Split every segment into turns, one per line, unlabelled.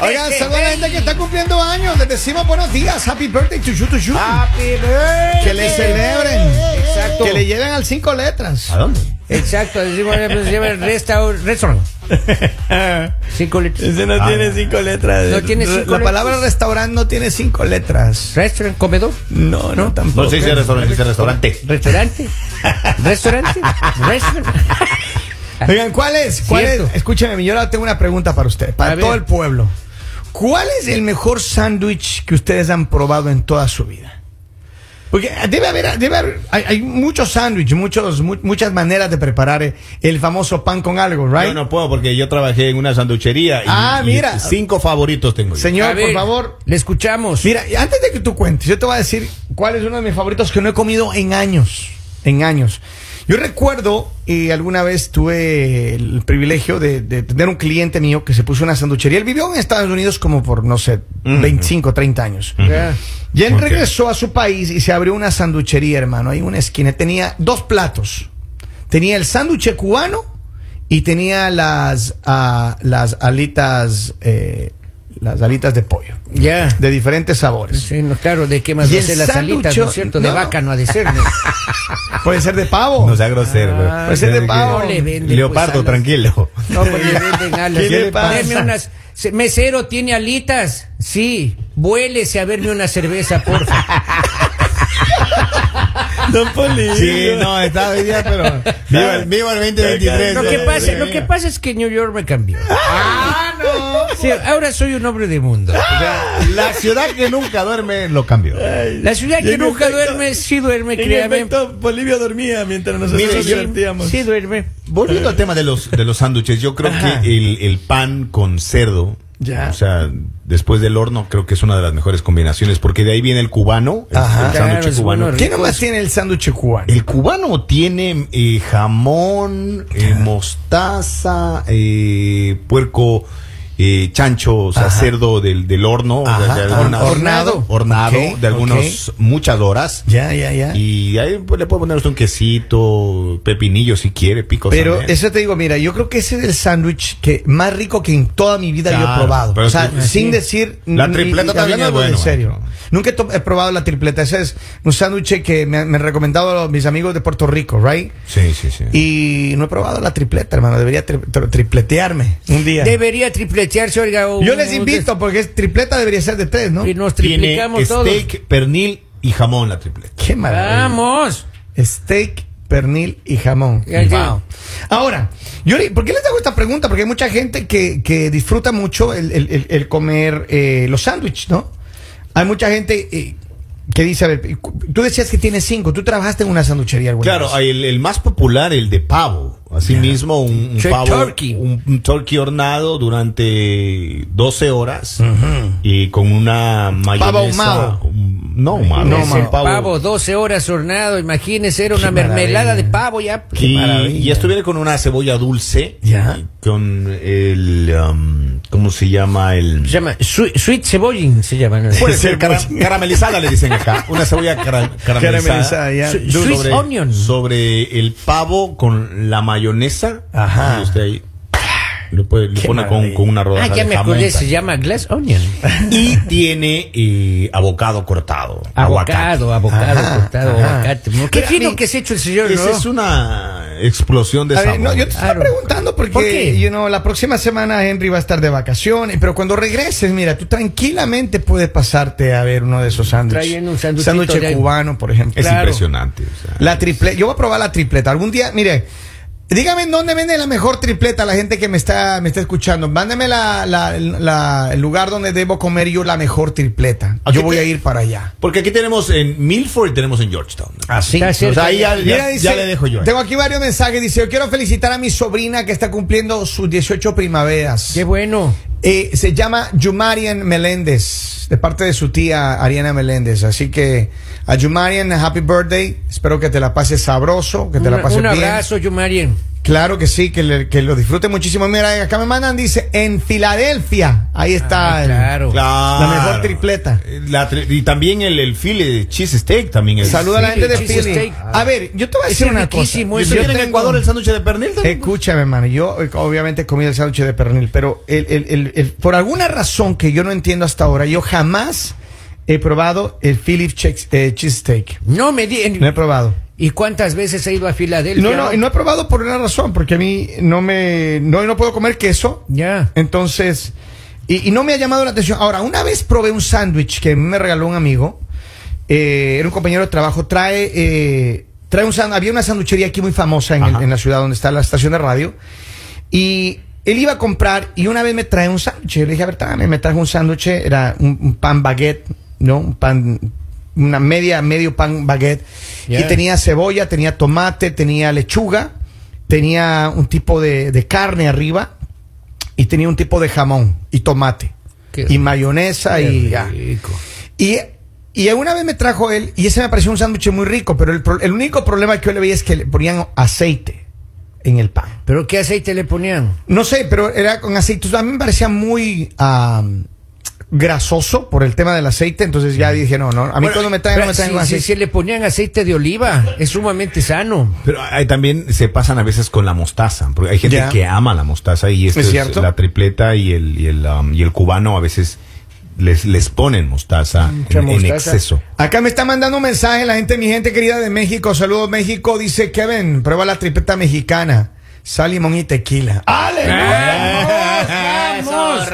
Eh,
Oigan, saludos a la gente que está cumpliendo años. Les decimos buenos días. Happy birthday to you, to you.
Happy birthday.
que le celebren.
eh, Exacto.
Que le lleven al cinco letras.
dónde?
Exacto. Decimos, se llama restaur- restaurant. Cinco letras.
Ah, Ese no tiene cinco letras.
No tiene
Ah, La
cinco letras.
palabra restaurante no tiene cinco letras.
Restaurant, comedor.
No, no, tampoco.
No, sí, sí, restaurante, sí, restaurante.
Restaurante. Restaurante. Restaurante.
Oigan, ¿cuál es? ¿Cuál es?
Ah. Cierto.
Escúchame, yo ahora tengo una pregunta para usted,
A
para
ver.
todo el pueblo. ¿Cuál es el mejor sándwich que ustedes han probado en toda su vida? Porque debe haber, debe haber- hay, hay muchos sándwiches, muchos, mu- muchas maneras de preparar eh, el famoso pan con algo, ¿right?
Yo no puedo porque yo trabajé en una sanduchería y,
Ah,
y
mira.
cinco favoritos tengo. yo.
Señor,
A ver,
por favor.
Le escuchamos.
Mira, y antes de que tú cuentes, yo te voy a decir cuál es uno de mis favoritos que no he comido en años. En años. Yo recuerdo, y alguna vez tuve el privilegio de, de tener un cliente mío que se puso una sanduchería. Él vivió en Estados Unidos como por, no sé, 25, 30 años.
Ya.
Y él
Ok.
regresó a su país y se abrió una sanduchería, hermano. Ahí en una esquina. Tenía dos platos. Tenía el sándwich cubano y tenía las, ah, las alitas, eh, las alitas de pollo.
Ya.
De diferentes sabores.
Sí, no, claro, de qué más
Y
va a
el
ser las alitas,
sándwich-
¿no es cierto? De
no.
vaca no ha de ser, ¿no?
Puede ser de pavo.
No sea grosero.
Ah,
pero-
pues es de pavo.
No le venden,
Leopardo,
pues, a los-
tranquilo.
No, pues le venden alas.
¿Qué le pasa?
Deme unas. se- Mesero, ¿tiene alitas? Sí. Vuélese a verme una cerveza, porfa.
Don Poli.
Sí, no, está hoy día, pero.
Viva el, viva el eh, 2023.
Lo que pasa, lo que pasa es que New York me cambió.
¡Ah, no!
Sí, ahora soy un hombre de mundo.
O sea, la ciudad que nunca duerme lo cambió.
La ciudad
Y
que
en
nunca
efecto-
duerme, sí duerme,
En
créame.
efecto, Bolivia dormía mientras
Mire,
nosotros
yo-
divertíamos.
Sí duerme.
Volviendo al tema de los de los sándwiches, yo creo
Ajá.
que el, el pan con cerdo,
Ya.
o sea, después del horno, creo que es una de las mejores combinaciones, porque de ahí viene el cubano, el,
Ajá.
el
Claro,
sándwich
es
cubano.
bueno,
¿Qué nomás tiene el sándwich cubano?
El cubano tiene eh, jamón, eh, mostaza, eh, puerco, eh, chancho, o sea, cerdo del, del horno, o sea,
Ajá,
de
ajá.
algunas-
Hornado.
hornado
Ok,
de algunas muchas horas.
Ya, ya, ya.
Y ahí pues, le puede poner usted un quesito, pepinillo si quiere, pico.
Pero
también.
eso te digo, mira, yo creo que ese es el sándwich que más rico que en toda mi vida yo he
Claro,
probado.
pero
O sea,
sí.
sin decir
La
ni- ni-
tripleta también
hablando
es bueno, ¿eh?
En serio.
maestro.
Nunca he to- he probado la tripleta. Ese es un sándwich que me, han- me han recomendado mis amigos de Puerto Rico, right?
Sí, sí, sí.
Y no he probado la tripleta, hermano. Debería tri- tri- tripletearme un día.
Debería tripletearse, oiga. o-
Yo les invito porque es tripleta debería ser de tres, ¿no?
Y nos
Tiene
triplicamos todos.
steak, pernil y jamón la tripleta.
Qué maravilla.
Vamos.
Steak, pernil y jamón.
Ya, ya.
Wow. Ahora, Yuri, ¿por qué les hago esta pregunta? Porque hay mucha gente que, que disfruta mucho el, el- el- el comer eh, los sándwiches, ¿no? Hay mucha gente eh, que dice, a ver, cu- tú decías que tienes cinco, tú trabajaste en una sanduchería alguna
Claro,
vez.
el, el más popular, el de pavo. Asimismo, un, un
Sí,
pavo.
turkey.
Un, un turkey hornado durante 12 horas y con una mayonesa.
ahumado.
un- no, ahumado.
No,
es
ahumado.
un
Pavo. 12 horas hornado, imagínese, era una
Qué
mermelada
maravilla.
de pavo ya.
Qué
Y,
maravilla.
y esto viene con una cebolla dulce.
Ya.
y Con el. um, ¿Cómo se llama? El.
Se llama sweet, sweet cebollín, se llama. ¿no?
Puede ser cara- caramelizada, le dicen acá. Una cebolla cara-
Caramelizada,
caramelizada.
ya.
Su-
Swiss onion.
Sobre el pavo con la mayonesa.
Ajá.
Y usted ahí lo, puede- lo
Qué
pone con,
maravilla.
con una rodaja
Ah, ya
de
me
jamón.
acordé, se llama glass onion.
Y tiene eh, abocado cortado.
Abocado, abocado,
Ajá,
cortado,
ajá.
aguacate. ¿no? Qué
Pero a
fino
mí-
que se ha hecho el señor,
Ah, Esa
¿no?
es una explosión de
A ver,
sabor.
no, yo te estoy
Claro.
preguntando porque
¿Por qué?
you know, la próxima semana Henry va a estar de vacaciones, pero cuando regreses, mira, tú tranquilamente puedes pasarte a ver uno de esos sándwiches.
Trayendo un sanduchito
Sándwich
de-
cubano, por ejemplo.
es
Claro.
impresionante. o sea,
La tripleta. Yo voy a probar la tripleta. Algún día, mire, dígame en dónde vende la mejor tripleta la gente que me está, me está escuchando. Mándeme la, la- la- el lugar donde debo comer yo la mejor tripleta.
Aquí
yo voy
te-
a ir para allá.
Porque aquí tenemos en Milford y tenemos en Georgetown.
Así.
Está
O sea, ahí ya, ya-
Mira,
ya
dice,
le dejo yo. ahí.
Tengo aquí varios mensajes. Dice, yo quiero felicitar a mi sobrina que está cumpliendo sus 18 primaveras.
Qué bueno.
Eh, se llama Yumarian Meléndez, de parte de su tía Ariana Meléndez. Así que a Yumarian, happy birthday. Espero que te la pases sabroso, que te la
Una-
pases
un
bien.
abrazo, Yumarien.
Claro que sí, que, le- que lo disfruten muchísimo. Mira, acá me mandan, dice, en Filadelfia. Ahí está
Ah,
el-
claro.
la mejor tripleta.
Eh, La tri- y también el, el file de cheese steak también es.
Saluda a la
Sí,
gente de
cheese
Philly.
steak.
A ver, yo te voy a
Es
decir una cosa.
riquísimo
Yo
eso.
¿Tienen en
tengo-
Ecuador el sándwich de pernil también?
Escúchame, hermano. Yo, eh, obviamente, he comido el sándwich de pernil, pero el- el- el- el- por alguna razón que yo no entiendo hasta ahora, yo jamás he probado el Philip Cheese eh, Cheesesteak.
No me di.
No he probado.
¿Y cuántas veces he ido a Filadelfia?
No, no, y no he probado por una razón, porque a mí no me. No, no puedo comer queso.
Ya.
Entonces. Y, y no me ha llamado la atención. Ahora, una vez probé un sándwich que me regaló un amigo. eh, era un compañero de trabajo. Trae. eh, trae un sándwich. Había una sanduchería aquí muy famosa en, el-
Ajá.
en la ciudad donde está la estación de radio. Y él iba a comprar y una vez me trae un sándwich. Yo Le dije, a ver, tráeme. Me trajo un sándwich, era un, un pan baguette, ¿no? Un pan, una media, medio pan baguette.
Ya.
Y tenía cebolla, tenía tomate, tenía lechuga, tenía un tipo de, de carne arriba y tenía un tipo de jamón y tomate.
Qué
y mayonesa y ya.
Rico.
Y, y una vez me trajo él, y ese me pareció un sándwich muy rico, pero el, pro- el único problema que yo le veía es que le ponían aceite en el pan.
¿Pero qué aceite le ponían?
No sé, pero era con aceite. A mí me parecía muy ah, grasoso por el tema del aceite, entonces ya dije, no, no. A mí
Bueno,
cuando me traen, no me traen
si,
con aceite.
le ponían aceite de oliva, es sumamente sano.
Pero ahí también se pasan a veces con la mostaza, porque hay gente
Ya.
que ama la mostaza y esto
¿Es
es
cierto?
la tripleta y el, y el, um, y el cubano a veces les, les ponen mostaza
Mucha
en, en
mostaza.
exceso.
Acá me está mandando un mensaje la gente, mi gente querida de México. Saludos, México. Dice Kevin, prueba la tripleta mexicana. Sal, limón y tequila. Eh,
¡Vamos!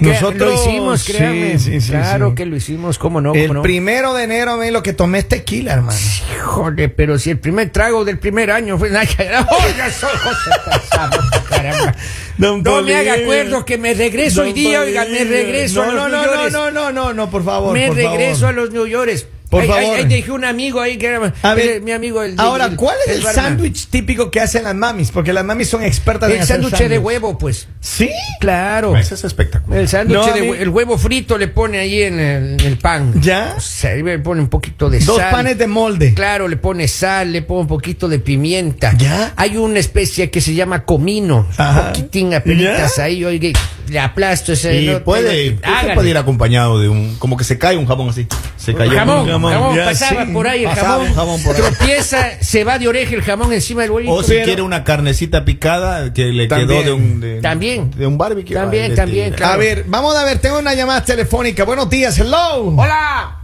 Nosotros lo hicimos, créame.
Sí, sí, sí,
claro
sí.
que lo hicimos, cómo no.
El
cómo no.
primero de enero, me lo que tomé es tequila, hermano.
Híjole, pero si el primer trago del primer año fue. ¡Oiga, solo se pasaba, caramba!
Don
No me haga
Polibio.
acuerdo que me regreso hoy día, oiga, me regreso
no,
a los
no,
New
no, no,
Yorkers.
no, no, no, no, por favor.
me
por
regreso
favor.
a los New Yorkers.
Por
Ahí- ahí-
favor.
Ahí dejé un amigo ahí que era
A ver,
era mi amigo. El,
ahora, ¿cuál es el
barman.
sándwich típico que hacen las mamis? Porque las mamis son expertas en
El
hacer
sándwich de huevo, pues.
¿Sí?
Claro.
Eso es espectacular.
Oh. El sándwich
No, a
de
mí-
hue- el huevo frito le pone ahí en el, en el pan.
¿Ya?
O sea, ahí le pone un poquito de
Dos
sal.
panes de molde.
Claro, le pone sal, le pone un poquito de pimienta.
¿Ya?
Hay una especie que se llama comino.
Ajá.
Un poquitín apenitas ahí, oiga, y le aplasto ese.
Y
no
puede,
tengo-
eso
Hágale.
puede ir acompañado de un, como que se cae un jamón así. Se cayó
jamón,
un
jamón,
Ya,
pasaba
sí.
por ahí el
Pasaba
jamón,
un jamón por ahí.
tropieza, se va de oreja el jamón encima del huevito.
O si
Pero-
quiere una carnecita picada que le
También.
quedó de un, de,
También.
de un barbecue.
También,
Ahí este le
también,
tira.
Claro.
A ver, vamos a ver, tengo una llamada telefónica. Buenos días, hello.
¡Hola!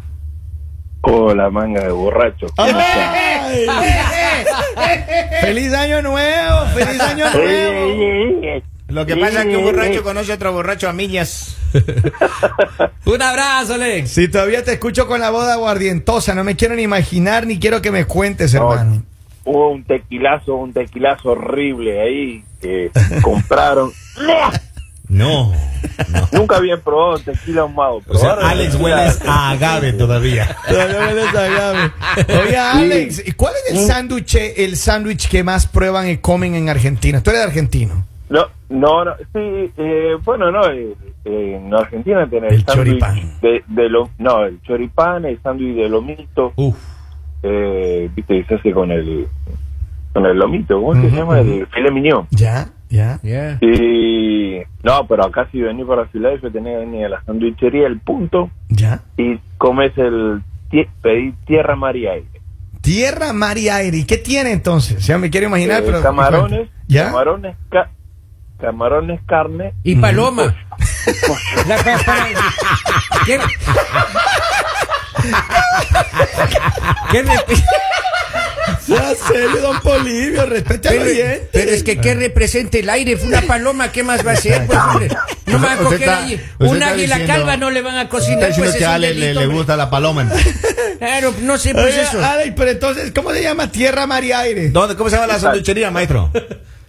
Hola, manga de borracho. ¿Cómo
Ah.
están?
Ah.
eh.
Feliz año nuevo, feliz año nuevo.
Lo que pasa es que un borracho conoce a otro borracho a millas.
Un abrazo, Alex.
Si todavía te escucho con la boda aguardientosa, no me quiero ni imaginar ni quiero que me cuentes,
No,
hermano.
Hubo un tequilazo, un tequilazo horrible ahí que compraron.
No. no.
Nunca habían probado un tequila ahumado.
O sea,
Probaron el
Alex
tequila.
hueles a agave todavía.
Todavía me lo sacaron. Oye, Alex, ¿y ¿cuál es el
Sí.
sándwich el sándwich que más prueban y comen en Argentina? Tú eres argentino.
No, no, no, sí, eh, bueno, no, eh, eh, en Argentina tenés
El
sándwich
choripán.
De, de lo, no, el choripán, el sándwich de lomito,
Uf.
eh, viste, que se hace con el, con el lomito, ¿cómo
Ujú,
se llama? El filet mignon.
Ya, ya.
Ya.
Y no, pero acá si venís para Filadelfia tenés que venir a la sandwichería El Punto
Ya.
y comes el tie- pedí tierra María aire.
Tierra, mar y aire. ¿Y qué tiene entonces? Ya me quiero imaginar,
Eh,
pero.
camarones,
¿Ya?
camarones, ca- camarones, carne.
Y Paloma. La pa- para- ¿Qué? ¿Qué rep-
Ya serio, don Polivio, respete al
pero,
oyente.
pero es
Ah.
que ¿qué representa el aire? Fue una paloma, ¿qué más va a ser? Pues, hombre, no van a
Usted
coger
está-
ahí.
usted
Un
está
águila
diciendo-
calva no le van a
Está
cocinar.
diciendo
Pues es
que a
un
Ale le,
delito,
le
hombre.
gusta la paloma.
Claro, no sé, pues
Oiga,
eso.
Alex, pero entonces, ¿cómo se llama Tierra, Mar y Aire?
¿Dónde, ¿Cómo se llama la sanduchería, maestro?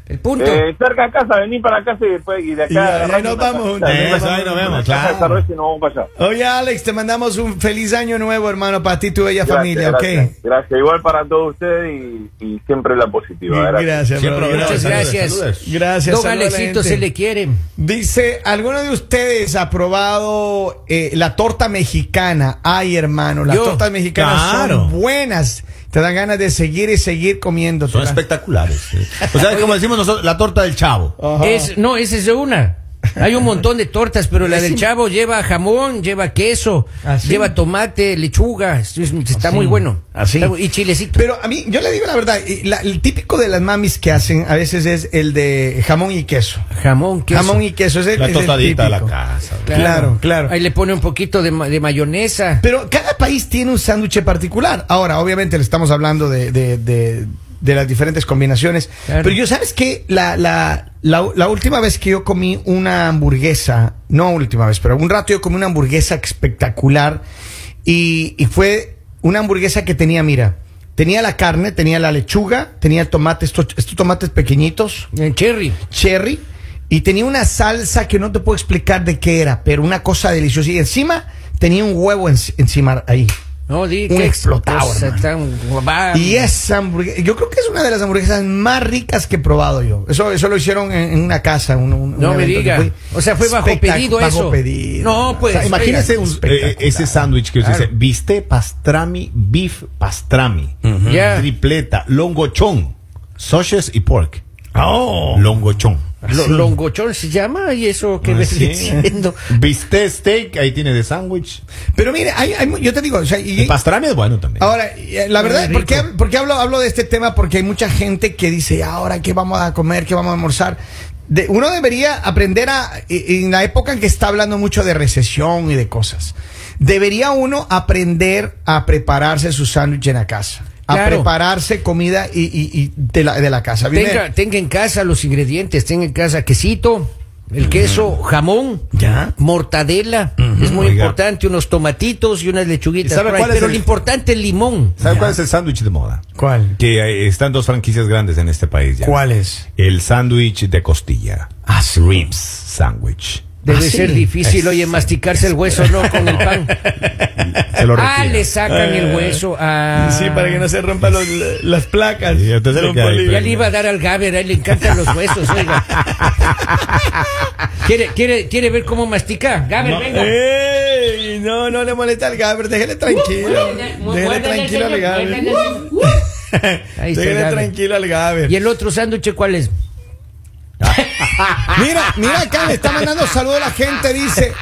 El punto.
Eh, cerca de casa, vení para casa y después y de acá.
Y ahí
agarramos
nos
una
vamos
casita,
juntos,
venimos
eso,
a
ahí
una
nos
vemos,
casa de
claro.
cerveza y nos vamos para allá.
Oye, Alex, te mandamos un feliz año nuevo, hermano, para ti y tu bella
Gracias,
familia,
gracias,
¿ok?
gracias. igual para todos ustedes y, y siempre la positiva.
Gracias,
gracias.
bro,
Siempre,
Muchas
gracias.
gracias.
Gracias,
Don
saluda a la
Alexito
gente.
se le quiere.
Dice, ¿alguno de ustedes ha probado eh, la torta mexicana? Ay, hermano, las
Yo.
tortas mexicanas
Claro.
son buenas. te dan ganas de seguir y seguir comiendo.
Son espectaculares. sí. O sea, es como decimos nosotros, la torta del chavo.
Es, no, esa es una. Hay un montón de tortas, pero la del chavo lleva jamón, lleva queso,
Así.
lleva tomate, lechuga. Es- es- Está
¿Ah,
muy bueno.
Así.
Está bu- Y chilecito.
Pero a mí, yo le digo la verdad, y la- el típico de las mamis que hacen a veces es el de jamón y queso.
jamón, queso.
Jamón y queso es el,
La
es el
tostadita de la
típico.
casa. güey.
Claro, claro.
Ahí le pone un poquito de, ma- de mayonesa.
Pero cada país tiene un sándwich particular. Ahora, obviamente, le estamos hablando de, de- de- de las diferentes combinaciones.
Claro.
Pero yo, ¿sabes qué? La, la- la- la última vez que yo comí una hamburguesa, no última vez, pero un rato yo comí una hamburguesa espectacular. Y, y fue una hamburguesa que tenía, mira, tenía la carne, tenía la lechuga, tenía tomate, estos, estos tomates pequeñitos,
En eh, cherry.
cherry. Y tenía una salsa que no te puedo explicar de qué era, pero una cosa deliciosa. Y encima tenía un huevo en- encima ahí.
No, di
Un
qué
explotado,
cosa
hermano.
tan- va-
Y esa hamburguesa, yo creo que es una de las hamburguesas más ricas que he probado yo. Eso, eso lo hicieron en, en una casa. un- un- un
No me
evento que
diga.
fui.
O sea, fue bajo
Espectac-
pedido eso.
Bajo pedido.
No, pues,
O sea, imagínese
oiga,
un-
Eh, eh, ese sándwich que usted
Claro.
dice, viste pastrami, beef pastrami,
Ya.
tripleta, longochón, sausages y pork.
Oh.
Longochón.
Lo- Longochón se llama y eso que me
Así
estoy
es.
diciendo.
Viste steak, ahí tiene de sándwich.
Pero mire, hay- hay mu- yo te digo, o sea, y-
El pastrami es bueno también.
ahora, eh, la verdad, ¿por qué, hab- por qué hablo, hablo de este tema? Porque hay mucha gente que dice, ahora, ¿qué vamos a comer? ¿Qué vamos a almorzar? De- uno debería aprender a, y- y en la época en que está hablando mucho de recesión y de cosas, debería uno aprender a prepararse su sándwich en la casa. A
Claro.
prepararse comida y, y- y de, la, de la casa. Viene-
Tenga, tenga en casa los ingredientes, tenga en casa quesito, el queso, jamón,
Ya.
mortadela, es muy
Oiga.
importante, unos tomatitos y unas lechuguitas.
¿Y sabe
por ahí,
cuál es
pero
el-
lo importante el limón.
¿Sabe cuál es el sándwich de moda?
¿Cuál?
Que eh, están dos franquicias grandes en este país ya.
¿Cuál es?
El sándwich de costilla.
Ah, sí.
Ribs sandwich.
Debe
Ah, sí.
ser difícil, oye, masticarse el hueso, no con el pan.
Se lo
ah,
retira.
le sacan el hueso. Ah.
Sí, para que no se rompan los- las placas.
Y entonces le
Don
queda ahí,
Polibio.
Ya le iba a dar al Gaber, a él le encantan los huesos, oiga. ¿Quiere, quiere, quiere ver cómo mastica? Gaber, venga.
eh. ¡Ey! No, no le molesta al Gaber, déjele tranquilo. Déjele tranquilo al Gaber.
Ahí está el
Déjele
Gaber.
tranquilo al Gaber.
¿Y el otro sándwich cuál es?
Mira, mira acá, le está mandando saludos a la gente, dice.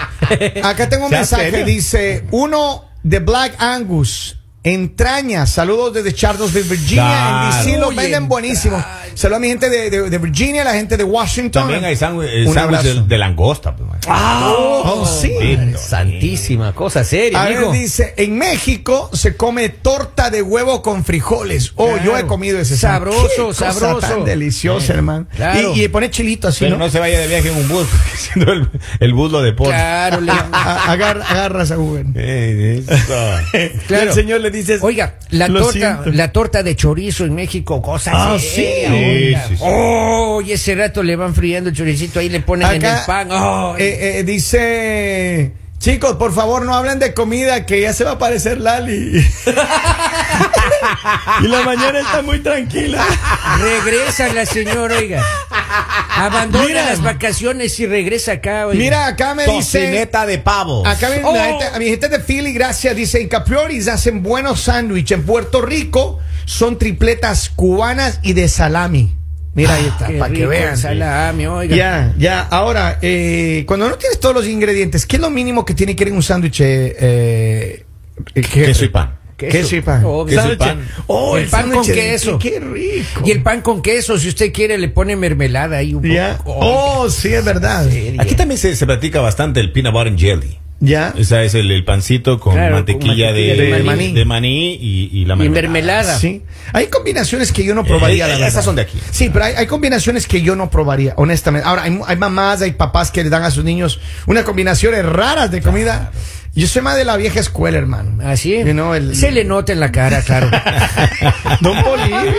Acá tengo un
¿Ya,
mensaje,
serio?
dice, uno de Black Angus. Entrañas, saludos desde Charlottesville, Virginia.
Claro.
En DC los
Uy,
venden
entrañas.
buenísimos. Saludos a mi gente de, de- de Virginia, la gente de Washington.
También hay sándwich el
Un
sándwich
abrazo.
de, de langosta. pues, maestro.
Oh, sí.
Lindo.
Santísima, cosa seria,
A ver,
amigo.
dice, en México se come torta de huevo con frijoles. Oh,
Claro.
yo he comido ese
Sabroso,
sándwich. Qué cosa
sabroso.
tan deliciosa,
Sí.
hermano.
Claro.
Y, y le pone chilito así,
Pero
¿no?
no se vaya de viaje en un bus, porque siendo el, el bus lo deporta.
Claro, le-
A- agar- agarras a Uber.
Eh, eso.
claro.
Y el señor le dice.
Oiga, la
"Lo
torta,
siento".
la torta de chorizo en México, cosa
Ah,
seria,
sí.
oiga.
Sí, sí, sí.
Oh, y ese rato le van friando el choricito, ahí le ponen en
Acá,
el pan. Oh,
eh, eh, dice, chicos, por favor no hablen de comida que ya se va a aparecer Lali.
Y la mañana está muy tranquila.
Regresa la señora, oiga. Abandona las vacaciones y regresa acá, oiga.
Mira, acá me dice...
Tocineta de pavo.
Acá me-
Oh.
la gente- a mi gente de Philly, gracias, dice, en Caprioris hacen buenos sándwiches. En Puerto Rico son tripletas cubanas y de salami. Mira, ahí está,
Ah, Qué
para que
rico el
vean.
salami, oiga.
Ya, ya. Ahora, eh, cuando no tienes todos los ingredientes, ¿qué es lo mínimo que tiene que ir en un sándwich? eh, eh, que-
Queso y pan.
Queso y pan.
Obvio.
Queso y pan.
Oh,
Oh, El pan con
sándwich de-
queso.
Qué rico.
Y el pan con queso, si usted quiere, le pone mermelada ahí un poco.
Ya.
Oiga.
Oh, sí, es verdad.
Aquí también se, se practica bastante el peanut butter and jelly.
Ya.
O sea, es el, el pancito con
Claro, con
mantequilla, de,
mantequilla
de maní.
de maní, y, y la
Y
mermelada.
mermelada.
Sí. Hay combinaciones que yo no probaría.
Eh,
la
eh,
verdad.
esas son de aquí.
Sí, pero hay, hay combinaciones que yo no probaría, honestamente. Ahora, hay, hay mamás, hay papás que le dan a sus niños unas combinaciones raras de comida. Yo soy más de la vieja escuela, hermano.
Así
You know, el-
Se le nota en la cara, claro.
Don Bolivio.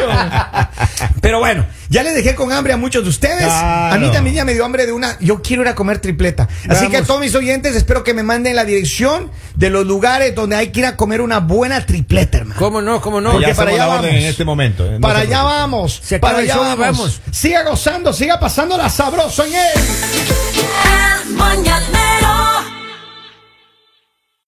Pero bueno.
Ya les dejé con hambre a muchos de ustedes.
Claro.
A mí también ya me dio hambre de una. Yo quiero ir a comer tripleta. Así que a todos mis oyentes, espero que me manden la dirección de los lugares donde hay que ir a comer una buena tripleta, hermano.
¿Cómo no? ¿Cómo no?
Ya
Porque
hacemos
para allá
la orden
vamos.
en este momento. eh, no
para
se
allá
preocupe.
vamos.
Se acaba
para
el
allá
show y
vamos.
vamos.
Siga gozando, siga pasándola sabroso en él.
El mañanero